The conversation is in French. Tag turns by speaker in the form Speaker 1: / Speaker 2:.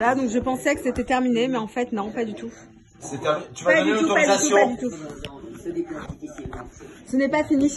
Speaker 1: Là, donc je pensais que c'était terminé, mais en fait, non, pas du tout.
Speaker 2: C'est terminé. Tu m'as
Speaker 1: Pas
Speaker 2: donné
Speaker 1: du tout, pas du tout, pas
Speaker 2: l'autorisation.
Speaker 1: du tout. Ce n'est pas fini.